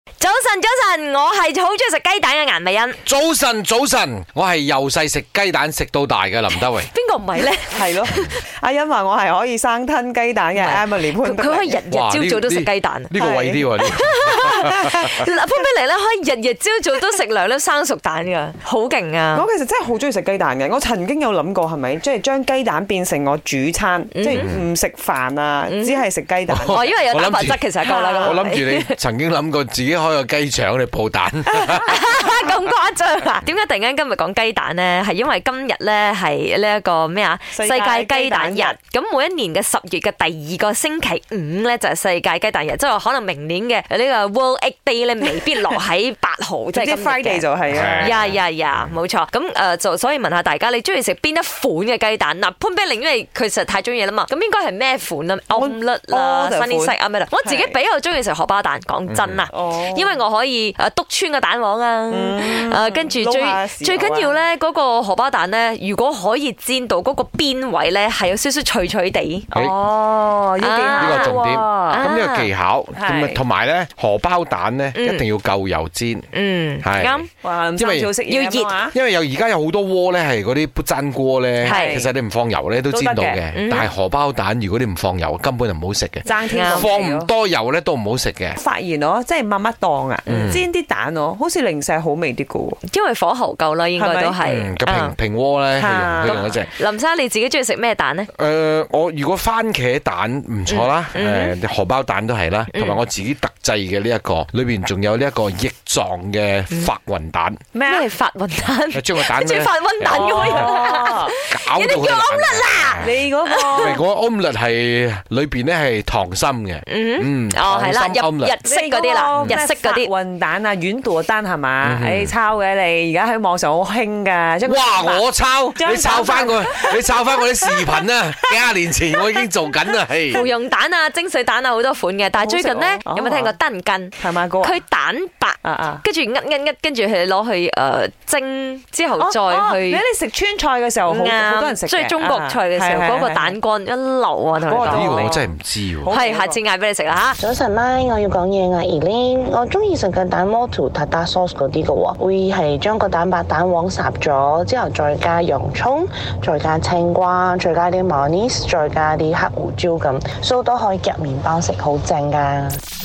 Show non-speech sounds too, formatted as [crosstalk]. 晨，早晨，我係好中意食雞蛋嘅顏美欣，早晨，早晨，我係由細食雞蛋食到大嘅林 [laughs] 德榮。邊個唔係咧？係咯， [laughs] 阿欣話我係可以生吞雞蛋嘅唔係啊 Emily 佢潘碧佢可以玲日日朝呢早都食呢雞 [laughs] 蛋，呢個位啲喎，呢嗱潘碧嚟咧可以日日朝早都食兩粒生熟蛋㗎，好勁啊！我其實真係好中意食雞蛋嘅，我曾經有諗過係咪即係將雞蛋變成我主餐，嗯即係唔食飯啊，只係食 [laughs] 雞蛋。哦，因為有蛋白質其實夠啦，啊我諗住 [laughs] 你曾經諗過自己開個雞場嚟鋪 [laughs] 蛋，[laughs] 咁誇張啊！點解突然間今日講雞蛋呢？係因為今日呢係呢一個咩啊？世世界界雞蛋日雞蛋。咁每一年嘅十月嘅第二個星期五呢，就係世界雞蛋日，即係話可能明年嘅呢個 World Egg Day 咧，未必落喺八號，即即係係今日嘅 Friday 就係啊，呀呀呀，冇錯。咁誒、呃就所以問下大家，你中意食邊一款嘅雞蛋？嗱、潘碧玲因為佢實在太中意啦嘛，咁應該係咩款啊 o 我 m l e 啦、 order 款 sunny side 啊咩啦。我自己係比較中意食荷包蛋，講真啊，哦嗯因為我可以誒篤穿個蛋黃啊，誒跟住最撈下豉最油啊緊要咧，嗰個荷包蛋咧，如果可以煎到嗰個邊位咧係有少少脆脆地，哦，要記下啊呢個重點。啊喎咁呢個技巧，係咁啊同埋咧荷包蛋咧嗯一定要夠油煎，嗯，係啱。哇，唔因為知好識嘢要熱啊因為有而家有好多鍋咧係嗰啲不粘鍋係咧，其實你唔放油咧都煎到都得嘅嘅，嗯但係荷包蛋如果你唔放油，根本就唔好食嘅，爭天啱共地放唔咯多油咧都唔好食嘅。發現我即係乜乜檔啊，嗯煎啲蛋我好似零舍好味啲嘅喎。因為火候夠啦，應該都係。嗯，咁啊平平鍋咧係啊用佢用一隻。林生你自己中意食咩蛋呢？誒、我如果番茄蛋唔錯啦，誒、嗯荷包蛋都係啦，同埋我自己特製嘅呢一個，裏邊仲有呢一個翼狀嘅發雲蛋，咩咩係發雲蛋？將個蛋中意咧發雲蛋嘅喎。哦啊？搞到佢爛嘅。 [laughs] 你嗰唔個係我 omelette 係裏邊咧係溏心嘅，嗯，哦，係啦，溏心日 Ừ, omelette 日式嗰啲啦，日式嗰啲。混蛋啊，軟度蛋係嘛？誒抄嘅你，而家喺網上好興㗎，即係嗯哇！我抄張你抄翻個，你抄翻我啲視頻啊！幾廿年前我已經做緊啦，係芙蓉蛋啊、蒸水蛋啊，好多款嘅。但係最近呢，好食喎有冇聽過蛋筋？係嘛哥啊佢蛋白，啊啊！跟住呃呃呃，跟住佢攞去誒蒸之後哦再你去嗯你食川菜嘅時哦候，好好多人食嘅，所以中國菜嘅時候啊嗰個蛋乾一流啊，同你嗰個呢個講我。真係唔知喎。係，下次嗌俾你食啦嚇。早晨咪，我要講嘢啊 e l e n 我中意食嘅蛋 m o t o tata sauce 嗰啲嘅喎，會係將個蛋白蛋黃烚咗，之後再加洋葱，再加青瓜，再加啲 mayonnaise，再加啲黑胡椒咁，所以都可以夾麵包食，好正㗎。